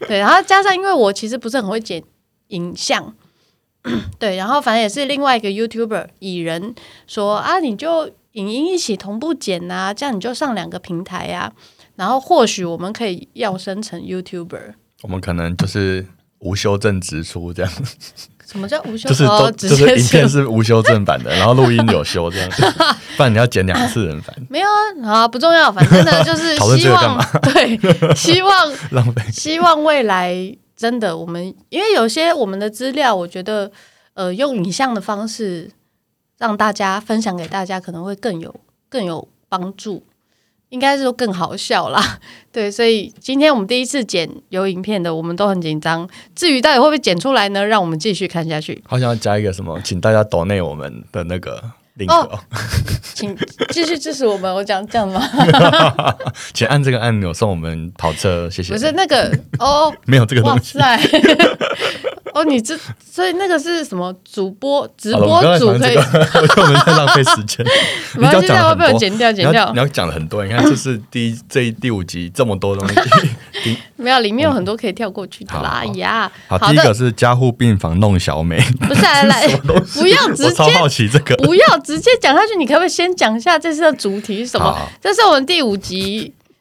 对，然后加上因为我其实不是很会剪影像，对，然后反正也是另外一个 YouTuber 蚁人说啊，你就影音一起同步剪呐、这样你就上两个平台呀、然后或许我们可以要生成 YouTuber。我们可能就是无修正直出这样，什么叫无修？就是哦都直就是接影片是无修正版的，然后录音有修 这样，不然你要剪两次人版，没有啊，好不重要，反正呢 就是讨论希这个干望嘛对，希望浪费。希望未来真的我们，因为有些我们的资料，我觉得呃用影像的方式让大家分享给大家，可能会更有更有帮助，应该是说更好笑啦。 对，所以今天我们第一次剪有影片的，我们都很紧张。至于到底会不会剪出来呢？让我们继续看下去，好想要加一个什么，请大家 donate 我们的那个 link，、哦、请继续支持我们。我讲这样吗？请按这个按钮送我们跑车，谢 谢。不是那个 哦，没有这个哇东西。塞！ 哦，你这所以那个是什么主播直好了，我播们刚才主讲可这以个，， 我觉得我们在浪费 时间。你没只关要系，讲这了样会很被我多，剪掉，你剪要掉你。要讲了很多，你看这是第一这一第五集这么多东西。没有，里面有很多可以跳过去的啦好好呀。好，好第一个的，是加护病房弄小美，不是来 来，不要直我接超好奇这个。不要直接讲下去，你可不可以先讲一下这次的主题是什么好？这是我们第五集